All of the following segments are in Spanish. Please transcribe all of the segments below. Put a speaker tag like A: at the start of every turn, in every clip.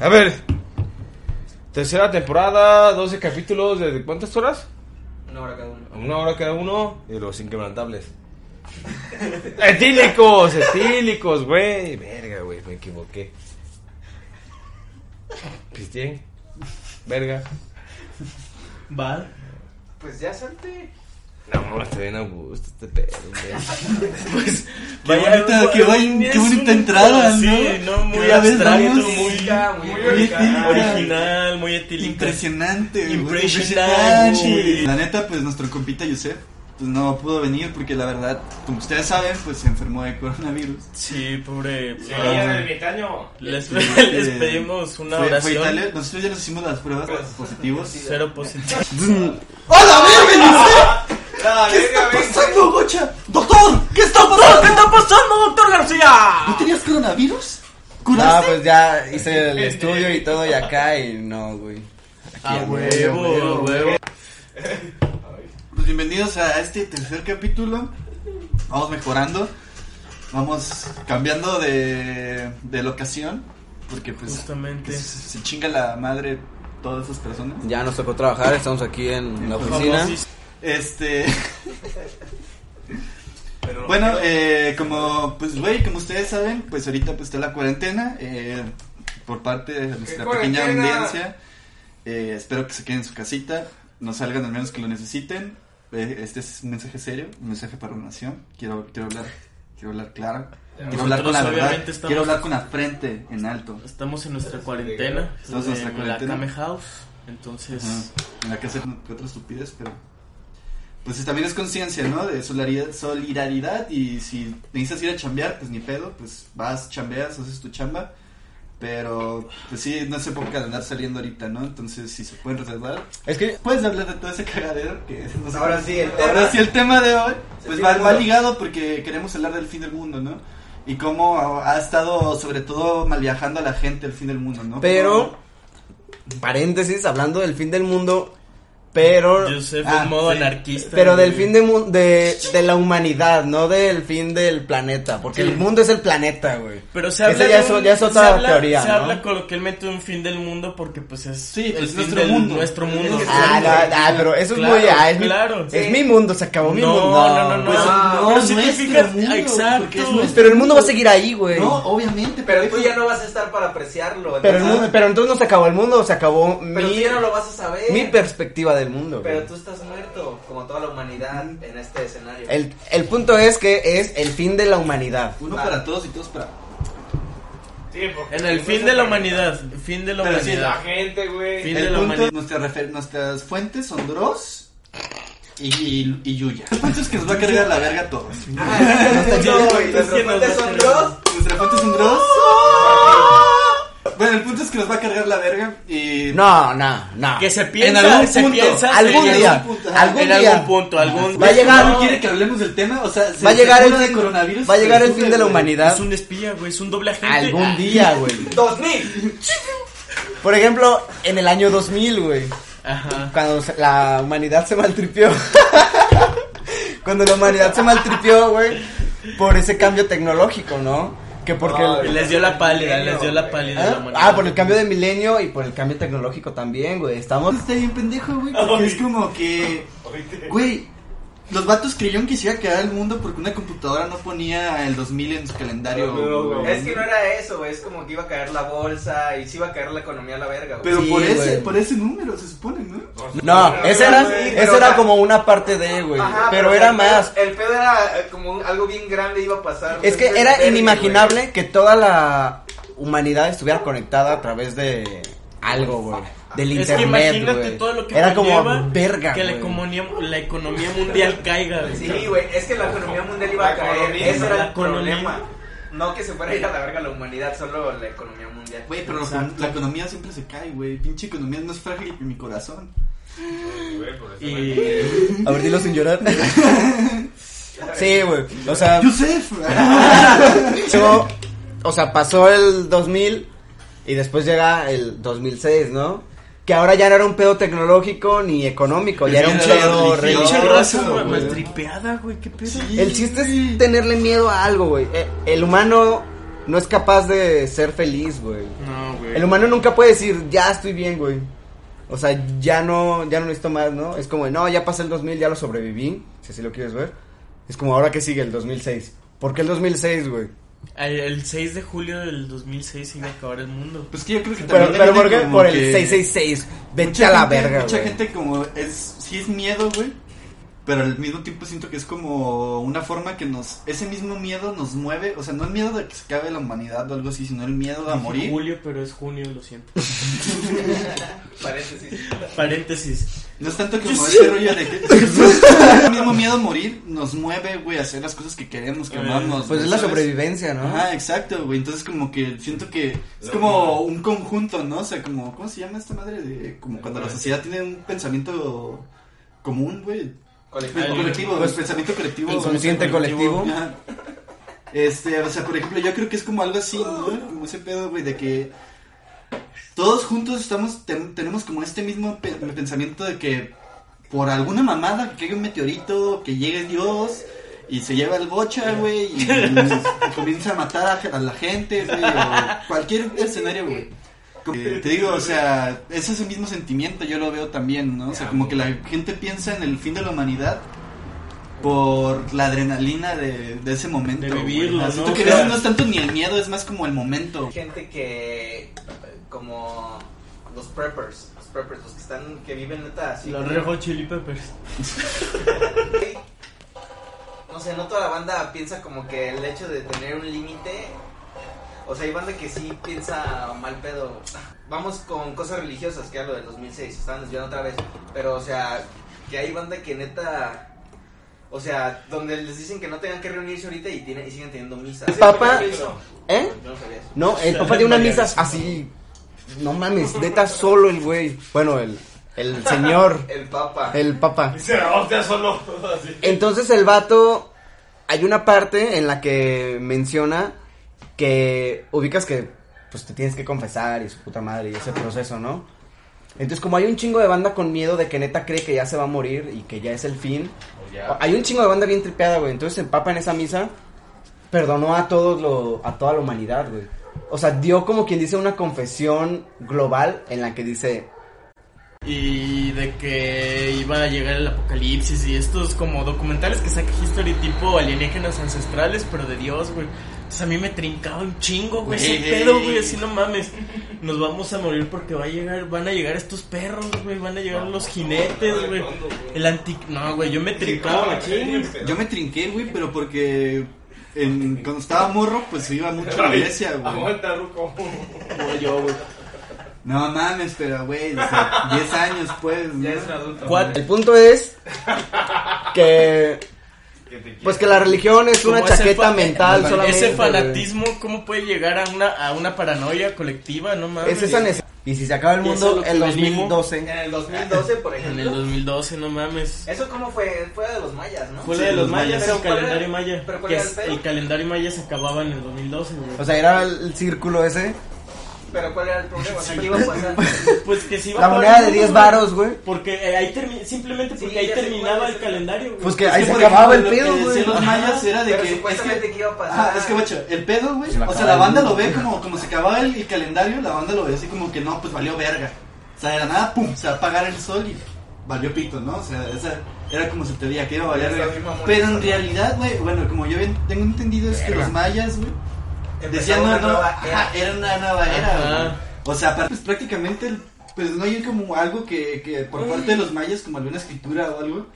A: A ver. Tercera temporada, 12 capítulos, ¿de cuántas horas?
B: Una hora cada uno.
A: Una hora cada uno y los inquebrantables. etílicos, etílicos, güey. Verga, güey, me equivoqué. Cristian, verga.
C: Val.
B: Pues ya salte.
A: No, está bien a gusto este pedo, güey.
D: Pues,
C: Qué bonita, qué, buen- qué bonita entrada, ¿no?
D: Sí, no, muy
C: Cada vez
D: abstracto,
C: vamos-
D: muy,
B: muy
D: muy
C: original.
D: original, muy etílico.
C: Impresionante, güey.
D: Impresionante.
C: Impresionante. La neta, pues nuestro compita Yusef pues no pudo venir porque la verdad, como ustedes saben, pues se enfermó de coronavirus.
D: Sí, pobre.
A: Sí,
D: ah,
A: ya del ermitaño.
D: les,
C: Este,
D: les pedimos una
C: fue- fue
D: oración.
C: Italia. Nosotros ya nos hicimos las pruebas
D: Pues,
C: las positivos.
D: Cero positivo.
C: ¡Hola, verga,
D: Ah,
A: La
C: ¿Qué está
A: verga, güey.
C: pasando, gocha? ¡Doctor! ¿Qué está
D: ¿Qué
C: pasando?
D: está pasando, doctor
C: ¿No
D: García?
C: tenías coronavirus?
E: No,
C: ¿Curaste?
E: pues ya hice el estudio y todo y acá y no, güey.
C: Ah,
D: A huevo, a huevo.
C: Pues bienvenidos a este tercer capítulo. Vamos mejorando. Vamos cambiando de, de locación. Porque pues,
D: Justamente.
C: pues, se chinga la madre todas esas personas.
E: Ya nos tocó trabajar, estamos aquí en la oficina.
D: Famosísimo.
C: Este... bueno, eh, como pues güey, como ustedes saben, pues ahorita pues está la cuarentena eh, por parte de nuestra pequeña
A: cuarentena?
C: audiencia. Eh, espero que se queden en su casita, no salgan al menos que lo necesiten. Eh, este es un mensaje serio, un mensaje para la nación. Quiero, quiero hablar, quiero hablar claro, quiero hablar con la
D: Nosotros,
C: verdad,
D: obviamente, estamos-
C: quiero hablar con la frente en alto.
D: Estamos en nuestra cuarentena.
C: Estamos en nuestra
D: La
C: cuarentena.
D: Kame House. Entonces,
C: Ajá. En la casa con otra estupidez, pero. Pues también es conciencia, ¿no? De solidaridad, solidaridad. Y si necesitas ir a chambear, pues ni pedo, pues vas, chambeas, haces tu chamba. Pero, pues sí, no es época de andar saliendo ahorita, ¿no? Entonces, si se pueden reservar.
E: Es que
C: Puedes hablar de todo ese cagadero que no sé
B: Ahora
C: cómo-
B: sí, el
C: Ahora
B: tema.
C: sí, el tema de hoy, pues
B: fin
C: va,
B: del
C: va
B: mundo.
C: ligado porque queremos hablar del fin del mundo, ¿no? Y cómo ha ha estado, sobre todo, mal viajando a la gente el fin del mundo, ¿no?
E: Pero, paréntesis, hablando del fin del mundo, pero...
D: Joseph
E: Ah,
D: en modo
E: sí.
D: anarquista.
E: Pero del
D: güey.
E: fin de, mu- de, de la humanidad, no del fin del planeta, porque
D: Sí.
E: el mundo es el planeta, güey.
D: Pero se
E: Esa
D: habla.
E: ya
D: de
E: es-
D: un-
E: ya es
D: se
E: otra
D: habla-
E: teoría,
D: Se
E: ¿no?
D: habla coloquialmente de un fin del mundo porque, pues, es.
C: Sí,
D: el
C: pues,
D: fin
C: nuestro
D: del-
C: mundo.
D: Nuestro mundo.
E: Ah,
D: Sí,
E: no,
D: güey.
E: ah, pero eso
D: Claro,
E: es muy... ah, es, mi-
D: claro.
E: es
D: Sí.
E: mi mundo, se acabó mi
D: No,
E: mundo.
D: no, no, no.
C: Pues,
D: Ah,
C: no,
D: pero
C: es
D: si te
C: nuestro
D: fijas-
C: mundo,
D: exacto.
C: porque es nuestro-
E: Pero el mundo va a seguir ahí, güey.
C: No, obviamente,
B: Pero
C: hijo,
B: tú ya no vas a estar para apreciarlo.
E: pues, Pero, el
B: entonces-
E: mundo- pero entonces no se acabó el mundo, se acabó
B: Pero tú
E: mi,
B: ya no lo vas a saber.
E: mi perspectiva del mundo. güey.
B: Pero tú estás muerto, como toda la humanidad en este escenario.
E: El, el punto es que es el fin de la humanidad.
C: Uno
B: Claro.
C: para todos y todos para.
D: En el fin de la humanidad. Fin de la
C: Pero sí,
A: La
D: humanidad.
A: gente, güey.
D: Fin de
C: El
D: la
C: punto,
D: humanidad.
C: nuestra refer- nuestras fuentes son Dross y, y, y Yuya. El punto es que nos va a cargar la verga a todos. Ah,
B: Ah, No, güey,
D: Es
B: las
D: que nos
B: fuentes
D: va a
B: son
D: hacer-
B: dos.
C: Nuestra fuente son Dross. Bueno, el punto es que nos va a cargar la verga y.
E: No, no, no.
D: Que se piensa.
C: algún
D: se
C: punto,
D: piensa
E: algún
D: en
E: día,
C: punto, ajá,
E: algún
D: en
E: día
D: algún punto, algún
E: Va a llegar-
C: ¿No quiere que hablemos del tema? O sea, se-
E: va a
C: se
E: llegar el
C: cura de
E: fin,
C: coronavirus.
E: va a llegar
C: pero
E: el
C: sufre,
E: fin de la
C: güey.
E: humanidad.
D: Es un espía, güey, es un doble agente.
E: Algún día, güey.
B: ¡Dos mil!
E: Por ejemplo, en el año 2000, güey,
D: Ajá.
E: cuando se- la humanidad se maltripió. cuando la humanidad se maltripió, güey, por ese cambio tecnológico, ¿no? Que porque el-
B: Ay,
D: Les dio la pálida, les dio la pálida. la
E: ¿Ah?
D: humanidad.
E: Ah, por el cambio de milenio y por el cambio tecnológico también, güey. Estamos
C: Oh, Está bien pendejo, güey, porque es como que. Güey, los vatos creyeron que se iba a quedar el mundo porque una computadora no ponía el 2000 en su calendario.
A: No, no,
C: güey.
B: Es que no era eso, güey. Es como que iba a caer la bolsa y sí iba a caer la economía a la verga, güey.
C: Pero
E: Sí,
C: por, ese,
E: güey.
C: por ese número, se supone, ¿no?
E: No,
A: Pero,
E: ese era,
B: güey,
E: ese
B: pero, o
E: era
B: sea,
E: como una parte de, güey.
B: Ajá,
E: Pero
B: o sea,
E: era
B: el pedo-
E: más.
B: El pedo era eh, como un- algo bien grande iba a pasar.
E: Es que
B: Entonces,
E: era
B: verga,
E: inimaginable que toda la humanidad estuviera conectada a través de algo, güey. Del
D: Es que
E: internet,
D: imagínate
E: güey.
D: todo lo que
E: Era
D: conlleva
E: como verga,
D: que la
E: güey.
D: economía, la economía mundial caiga.
B: güey.
D: güey.
B: Sí, güey. Es que la economía mundial iba a
A: La
B: caer.
A: economía,
B: Ese era
D: la
B: el
D: economía.
B: problema. No que se fuera a ir a la verga la humanidad, solo la economía mundial.
C: Güey, pero la- la economía siempre se cae, güey. Pinche economía es más frágil que mi corazón.
D: Y
E: A ver, dilo sin llorar. sí, güey. O sea,
C: ¡Yusef!
E: yo- o sea, pasó el 2000 y después llega el 2006, ¿no? Que ahora ya no era un pedo tecnológico ni económico, ya era un
C: Pinche
E: pedo
C: religión,
E: religioso.
D: Pinche raza
C: güey.
D: maltripeada, güey, qué pedo.
C: Sí.
E: El chiste es tenerle miedo a algo, güey. Eh, El humano no es capaz de ser feliz, güey.
D: No, güey.
E: El humano nunca puede decir, ya estoy bien, güey. O sea, ya no, ya no necesito más, ¿no? Es como, no, ya pasé el 2000, ya lo sobreviví, si así lo quieres ver. Es como, ¿ahora qué sigue? El 2006. ¿Por qué el 2006, güey?
D: El, el 6 de julio del 2006 se iba a acabar el mundo.
C: Pues que yo creo que
E: Pero,
C: también.
E: pero
C: viene
E: ¿por qué?
C: como
E: Por el
C: que
E: 666. Vete
C: mucha
E: a la
C: gente-
E: verga,
C: Mucha
E: güey.
C: gente como es. Sí es miedo, güey. Pero al mismo tiempo siento que es como una forma que nos. Ese mismo miedo nos mueve. O sea, no el miedo de que se acabe la humanidad o algo así, sino el miedo a
D: Dije
C: morir.
D: Julio, pero es junio, lo siento.
B: Paréntesis.
D: Paréntesis.
C: No es tanto
D: Yo
C: como
D: sí.
C: ese rollo de que. el mismo miedo a morir nos mueve, güey, a hacer las cosas que queremos, que
D: Eh,
C: amamos.
E: Pues
C: güey,
E: es la
C: ¿sabes?
E: sobrevivencia, ¿no?
C: Ajá, exacto, güey. Entonces, como que siento que es como un conjunto, ¿no? O sea, como, ¿cómo se llama esta madre? De, como cuando la sociedad tiene un pensamiento común, güey.
B: Colectivo.
C: Pensamiento colectivo,
E: Pues,
C: pensamiento colectivo.
E: Inconsciente colectivo.
C: Ajá. Este, o sea, por ejemplo, yo creo que es como algo así, ¿no? Como ese pedo, güey, de que todos juntos estamos, ten- tenemos como este mismo pe- pensamiento de que por alguna mamada que caiga un meteorito, que llegue Dios y se lleva el bocha, güey, y, y comienza a matar a, a la gente, güey, o cualquier escenario, güey. Como que Te digo, o sea, es ese mismo sentimiento, yo lo veo también, ¿no? O sea, como que la gente piensa en el fin de la humanidad por la adrenalina de, de ese momento.
D: De
C: güey.
D: vivirlo,
C: Así
D: ¿no?
C: tú que
D: O sea-
C: ves, no es tanto ni el miedo, es más como el momento.
B: gente que eh, como los preppers, los preppers, los que están que viven neta así.
D: Los Red Hot Chili Peppers.
B: No sé, no toda la banda piensa como que el hecho de tener un límite. O sea, hay banda que sí piensa mal pedo. Vamos con cosas religiosas, que era lo del 2006, estaban desviando otra vez. Pero, o sea, que hay banda que neta. O sea, donde les dicen que no tengan que reunirse ahorita y, tienen, y siguen teniendo misa.
E: El Papa-
B: Yo
E: ¿Eh?
B: no sabía eso.
E: No, el papá de una misa así. No mames, neta solo el güey. Bueno, el, el señor,
B: El Papa.
E: el papá.
D: Se hostia solo. Así.
E: Entonces el vato, hay una parte en la que menciona que ubicas que pues te tienes que confesar y su puta madre y ese proceso, ¿no? Entonces como hay un chingo de banda con miedo de que neta cree que ya se va a morir y que ya es el fin, hay un chingo de banda bien tripeada, güey. Entonces el Papa en esa misa perdonó a todos lo, a toda la humanidad, güey. O sea, dio como quien dice una confesión global en la que dice,
D: y de que iba a llegar el apocalipsis y estos como documentales que saca History tipo alienígenas ancestrales, pero de Dios, güey. Entonces a mí me trincaba un chingo, güey, ese
C: Güey.
D: pedo, güey, así no mames. Nos vamos a morir porque va a llegar, van a llegar estos perros, güey, van a llegar los jinetes, güey. El anti... No, güey, yo me trincaba machín, güey.
C: Yo me trinqué, güey, pero porque en- cuando estaba morro, pues iba mucho a la iglesia, güey.
A: Ruco.
C: Como yo, güey. No mames, pero, güey, o sea, 10 años, pues. ¿no?
B: Ya es un adulto.
D: Cuat-
E: El punto es que pues que la religión es
D: como
E: una
D: ese
E: chaqueta
D: fa-
E: mental
D: ese
E: solamente.
D: Ese
E: güey.
D: fanatismo, ¿cómo puede llegar a una, a una paranoia colectiva? No mames.
E: Es esa necesidad. Y si se acaba el
D: Y eso es
E: mundo
D: lo que
E: el
D: venimos.
E: 2012.
B: En el 2012, por
D: En
B: ejemplo.
D: el 2012, no mames.
B: ¿Eso cómo fue? Fue de los mayas, ¿no?
D: Fue
C: Sí,
D: la de los
C: los
D: mayas,
C: mayas.
D: el
B: Pero ¿cuál
D: calendario
B: era-
D: maya.
B: pero ¿cuál
D: que
B: era el
D: es-
B: pedo?
D: el calendario maya se acababa en el 2012, güey.
E: O sea, era el, el círculo ese.
B: Pero ¿cuál era el problema? O sea, ¿qué iba a pasar?
D: pues que sí
E: La moneda de 10 varos, güey.
D: Porque eh, ahí termi- simplemente porque
B: Sí,
D: ahí
B: ya sé
D: terminaba
B: cuál
D: el
B: es.
D: calendario, güey.
E: Pues que ahí
C: Es
E: se
C: que, por
E: acababa el
C: ejemplo,
E: pedo,
C: lo que
E: güey.
C: decían los mayas era de
B: Pero
C: que. es
B: supuestamente
C: que
B: que iba a pasar.
C: Ajá, es que, guacho, el pedo, güey.
E: Se la
C: O sea, la
E: acabaron.
C: banda lo ve como, como se acababa el, el calendario, la banda lo ve así como que no, pues valió verga. O sea, de la nada, pum, se va a apagar el sol y valió pito, ¿no? O sea, esa era como se te veía que iba a valer
B: Esa
C: verga.
B: misma moneda.
C: Pero en realidad, güey, bueno, como yo bien tengo entendido es que
E: Verga.
C: los mayas, güey,
B: Empezaba
C: decían, no,
B: una
C: no,
B: nueva
C: ajá,
B: era.
C: era una nueva
D: Ajá.
C: era, güey. O sea, aparte, pues prácticamente, el- pues no hay como algo que, que por parte de los mayas, como alguna escritura o algo,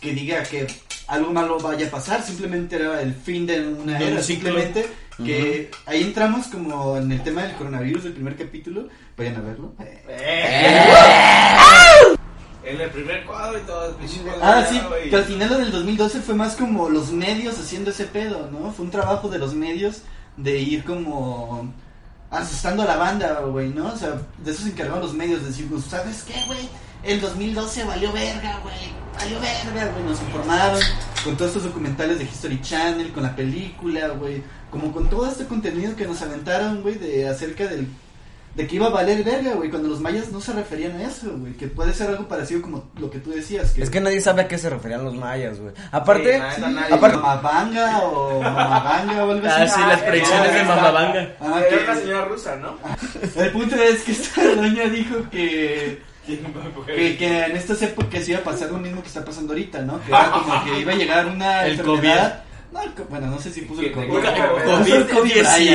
C: que diga que algo malo vaya a pasar, simplemente era el fin de una
D: De un ciclo.
C: era, simplemente que ahí entramos como en el tema del coronavirus del primer capítulo, vayan a verlo.
A: En el primer cuadro y todo. pinche
C: Ah,
A: cuadro,
C: sí,
A: güey.
C: que al final lo del 2012 fue más como los medios haciendo ese pedo, ¿no? Fue un trabajo de los medios de ir como asustando a la banda, güey, ¿no? O sea, de eso se encargaron los medios, de decir, pues, ¿sabes qué, güey? El 2012 valió verga, güey, valió verga, güey, nos informaron con todos estos documentales de History Channel, con la película, güey, como con todo este contenido que nos aventaron, güey, de acerca del de que iba a valer verga, güey, cuando los mayas no se referían a eso, güey, que puede ser algo parecido como lo que tú decías, que
E: Es que nadie sabe a qué se referían los mayas, güey. Aparte,
B: Sí, la neta, nadie-
E: aparte-
C: Mamabanga o Mamabanga o algo
D: Ah,
C: así.
D: sí, las
B: Ah,
D: predicciones
B: eh,
D: de
B: eh,
D: Mamabanga.
C: Ah,
B: Era
C: que- Ah,
B: una señora rusa, ¿no?
C: El punto es que esta doña dijo que, pues. que, que en estas épocas iba a pasar lo mismo que está pasando ahorita, ¿no? Que
B: Ah.
C: era como que iba a llegar una
D: El
C: enfermedad. No, el co- bueno, no sé si puso el
B: Que- que-
C: COVID.
E: Pues
C: Puso el Kobe Bryant,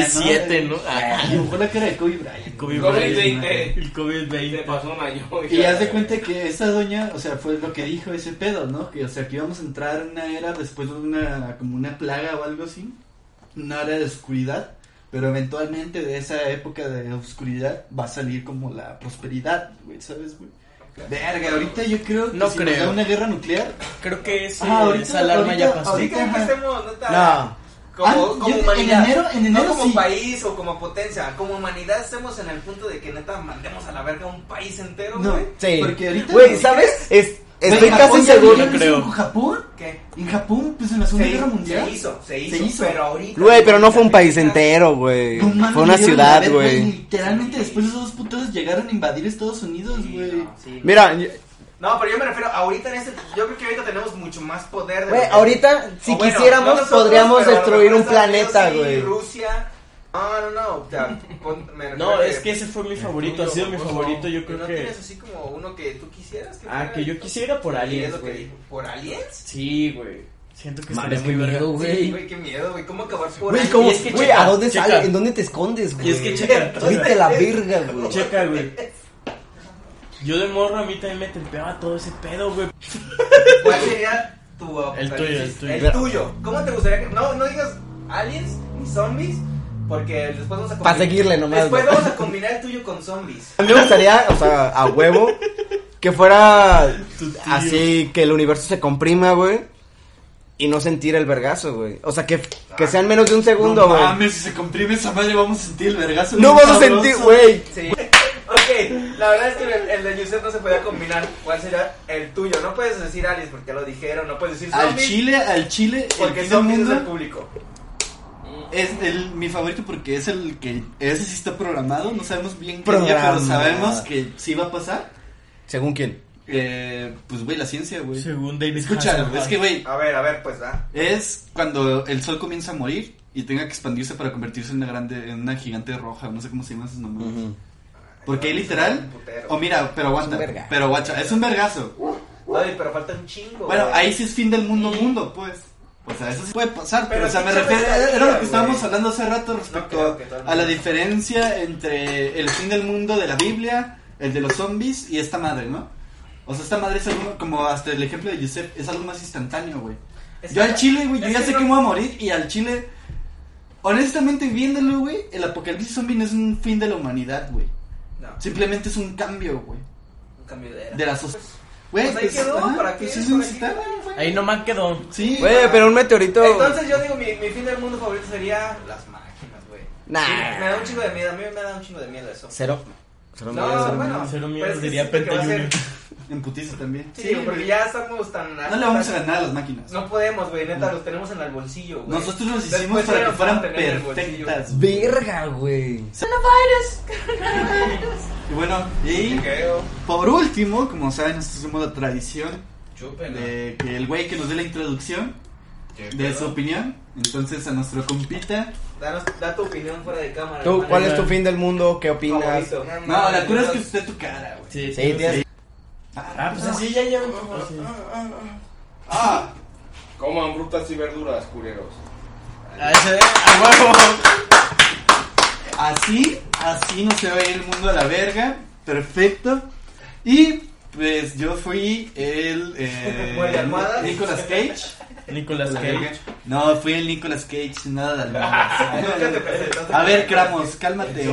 D: COVID-17, ¿no? Ah,
C: A lo mejor la cara de Kobe Bryant.
D: Kobe
C: Kobe
D: Bryant.
C: Bryant.
D: El
B: Te
D: COVID-20.
B: pasó una yo.
C: Y haz de cuenta que esta doña, o sea, fue lo que dijo ese pedo, ¿no? Que, o sea, que íbamos a entrar en una era después de una, como una plaga o algo así, una era de oscuridad, pero eventualmente de esa época de oscuridad va a salir como la prosperidad, güey, ¿sabes, güey? Verga, ahorita yo creo que
D: No
C: si
D: creo.
C: nos da una guerra nuclear,
D: Creo que ese-
C: Ah, ahorita-
D: esa alarma ya
C: ahorita-
D: pasó.
B: Sí, creo que
C: Ajá.
B: estemos, neta.
E: no.
B: Como,
C: Ah,
B: como
C: yo- en
B: humanidad.
C: enero- en enero
B: no como
C: sí.
B: país o como potencia. Como humanidad estemos en el punto de que neta mandemos a la verga un país entero,
C: No.
B: güey.
E: Sí.
C: Porque ahorita-
E: Güey, ¿sabes? Es-
C: Güey,
E: estoy
C: Japón
E: casi
C: ya
E: seguro.
C: hizo
D: creo.
C: con Japón?
B: ¿Qué?
C: ¿En Japón? Pues en la Segunda
B: se,
C: Guerra
B: se
C: Mundial.
B: hizo, se hizo,
C: Se hizo.
B: Pero ahorita.
E: Güey, pero no fue un país entero, güey.
C: No mames,
E: Fue una
C: me dieron
E: ciudad,
C: la verga,
E: güey.
C: Literalmente después de esos putos llegaron a invadir Estados Unidos,
B: Sí,
C: güey.
B: no, sí.
E: Mira, yo-
B: No, pero yo me refiero ahorita en este. Yo creo que ahorita tenemos mucho más poder. de
E: güey,
B: lo que-
E: ahorita, si
B: O bueno,
E: quisiéramos,
B: no nosotros,
E: podríamos
B: pero a lo
E: destruir
B: mejor
E: un
B: Estados
E: planeta,
B: Unidos sí,
E: güey.
B: Rusia. No, no, no. o sea, pon- me
D: No,
B: refiero
D: es que ese fue mi favorito, ha sido mi favorito, yo
B: ¿No
D: creo que...
B: tienes así como uno que tú quisieras?
D: Ah,
B: fuera
D: que yo
B: esto?
D: quisiera por
B: Es
D: aliens,
B: lo que
D: güey.
B: dijo. ¿Por aliens?
D: Sí, güey. Siento que estaría
E: Mames, qué
D: muy verga.
E: miedo,
B: Sí,
E: güey.
B: güey, qué miedo, güey. ¿Cómo acabar por
E: Güey,
B: ahí?
E: ¿cómo?
D: Y es que
E: güey,
D: checa,
E: ¿a dónde
D: checa.
E: sale? ¿En dónde te escondes, güey?
D: Y es que checa, o
E: Vete a
D: sea,
E: la verga, güey.
D: checa, güey. Yo de morro a mí también me tempeaba todo ese pedo, güey.
B: ¿Cuál sería tu
D: El
B: apocalipsis?
D: tuyo, el tuyo.
B: El tuyo. ¿Cómo te gustaría que.? No, no digas aliens ni zombies. Porque después vamos a combinar.
E: Pa' seguirle nomás,
B: Después
E: güey.
B: vamos a combinar el tuyo con zombies.
E: A mí me gustaría, o sea, a huevo, que fuera
D: Tu tío.
E: así, que el universo se comprima, güey. Y no sentir el vergazo, güey. O sea, que, que sean menos de un segundo,
C: no
E: güey.
C: mames, si se comprime esa madre vamos a sentir el vergazo.
E: No
C: bien
E: vas a
C: sabroso.
E: sentir, güey.
B: Sí. ok, la verdad es que el, el de Yusef no se podía combinar. ¿Cuál sería el tuyo? No puedes decir aliens porque ya lo dijeron. No puedes decir
C: Al
B: zombies.
C: chile, al chile,
B: porque
C: el
B: zombies
C: mundo
B: es el público.
C: es el, mi favorito porque es el que ese sí está programado, no sabemos bien qué día, pero
E: Programado.
C: sabemos que sí va a pasar.
E: Según quién.
C: Eh, pues güey, la ciencia, güey.
D: Según ah, David
C: Escucha,
D: Hasselhoff.
C: es que güey,
B: A ver, a ver, pues da.
C: es cuando el sol comienza a morir y tenga que expandirse para convertirse en una grande en una gigante roja, no sé cómo se llaman esos nombres. Porque ahí literal,
B: Putero.
C: o Oh, mira, pero aguanta,
E: Es un verga.
C: pero guacha, es un vergazo.
B: Ay, pero falta un chingo.
C: Bueno,
B: güey.
C: ahí sí es fin del mundo, mundo, pues. O sea, eso sí puede pasar,
B: Pero
C: pero, o sea, me
B: pinche
C: refiero,
B: pesadilla,
C: era lo que
B: güey.
C: estábamos hablando hace rato respecto
B: creo que todo el mundo-
C: a la diferencia entre el fin del mundo de la Biblia, el de los zombies y esta madre, ¿no? O sea, esta madre es algo, como hasta el ejemplo de Joseph, es algo más instantáneo, güey.
B: Es
C: Yo
B: que-
C: al chile, güey, yo
B: es
C: ya
B: que
C: sé
B: no-
C: que me voy a morir y al chile, honestamente viéndolo, güey, el apocalipsis zombie no es un fin de la humanidad, güey.
B: No,
C: Simplemente es un cambio, güey,
B: un cambio de era.
C: de la sociedad. Güey,
B: Pues ahí quedó,
C: ajá,
B: ¿para qué?
C: pues es
B: ¿Para
C: instantáneo,
B: qué?
C: güey.
D: Ahí nomás quedó.
C: Sí,
E: Güey, pero un meteorito.
B: Entonces yo digo, mi, mi fin del mundo favorito sería las máquinas, güey.
E: Nah.
C: Ah.
B: Sí, Me da un chingo de miedo, a mí me da un chingo de miedo eso.
E: Cero. Cero
B: No,
E: miedo, cero
B: bueno.
E: miedo.
D: Cero
B: pero
D: miedo,
B: es que
D: diría
B: siento que va a
D: Penta
B: ser-
C: En putiza también.
B: Sí, güey, porque
C: güey.
B: ya estamos tan...
C: No le vamos a ganar a las máquinas.
B: No podemos, güey, neta, los tenemos en el bolsillo, güey.
C: Nosotros nos
B: Después
C: hicimos para que
B: nos
C: fueran
B: van a tener en el bolsillo.
C: perfectas. güey.
E: Verga, güey.
C: Y bueno, y
B: Sí, creo.
C: por último, como saben, nosotros somos la tradición
B: Chúpenla.
C: de que el güey que nos dé la introducción de su opinión. Entonces a nuestro compita.
B: Danos, da tu opinión fuera de cámara.
E: ¿Tú
B: hermano.
E: cuál es tu fin del mundo? ¿Qué opinas?
B: Favorito.
C: No, la cura es que usted tu cara, güey.
D: Sí,
E: Sí, tienes-
D: Ah, pues así ya ya. pues, sí.
C: Ah,
A: Coman frutas y verduras, culeros.
D: Ah, ese, a huevo.
C: así, así no se va a ir el mundo a la verga. Perfecto. Y pues yo fui el
B: Muerde
C: eh,
B: almohadas.
C: Nicolas Cage.
D: Nicolas
C: La verga.
D: Cage.
C: No, fui el Nicolas Cage, nada de
B: Nunca te
C: almohadas.
B: presentaste.
C: A ver, Cramos, cálmate.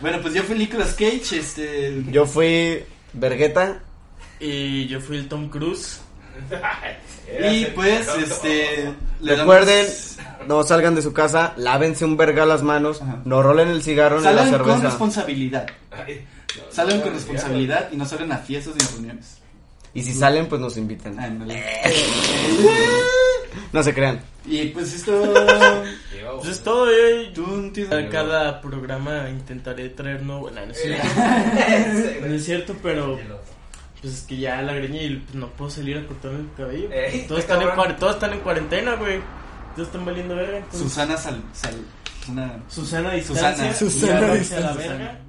C: bueno, pues yo fui el Nicolas Cage, este.
E: Yo fui Vergueta.
D: Y yo fui el Tom Cruise.
C: Y pues, este. le damos-
E: Recuerden, no salgan de su casa, lávense un verga las manos,
C: Ajá.
E: no rolen el cigarro ni la
C: Salgan con
E: cerveza.
C: responsabilidad. Salgan con responsabilidad y no salgan a fiestas ni a reuniones. Ah,
E: Y si salen, pues nos invitan.
C: Ándale.
E: No se crean.
C: Y pues esto. Oh.
A: Yo.
D: Pues es todo, yo- yo-
C: Tun, tin.
D: a cada programa intentaré traer nuevo. nah, no, es
C: Eh.
D: cierto.
B: Ese,
D: No
B: güey.
D: es cierto, pero pues es que ya la greña y pues, no puedo salir a cortarme el cabello.
B: Ey,
D: todos,
B: está
D: están en
B: cabrón.
D: cuar- todos están en cuarentena, güey. Todos están valiendo verga. entonces-
C: Susana Sal. sal Susana.
D: Susana
C: Susana.
D: distancia.
E: Susana
D: Ya, váyanse a
E: distancia.
D: la verga.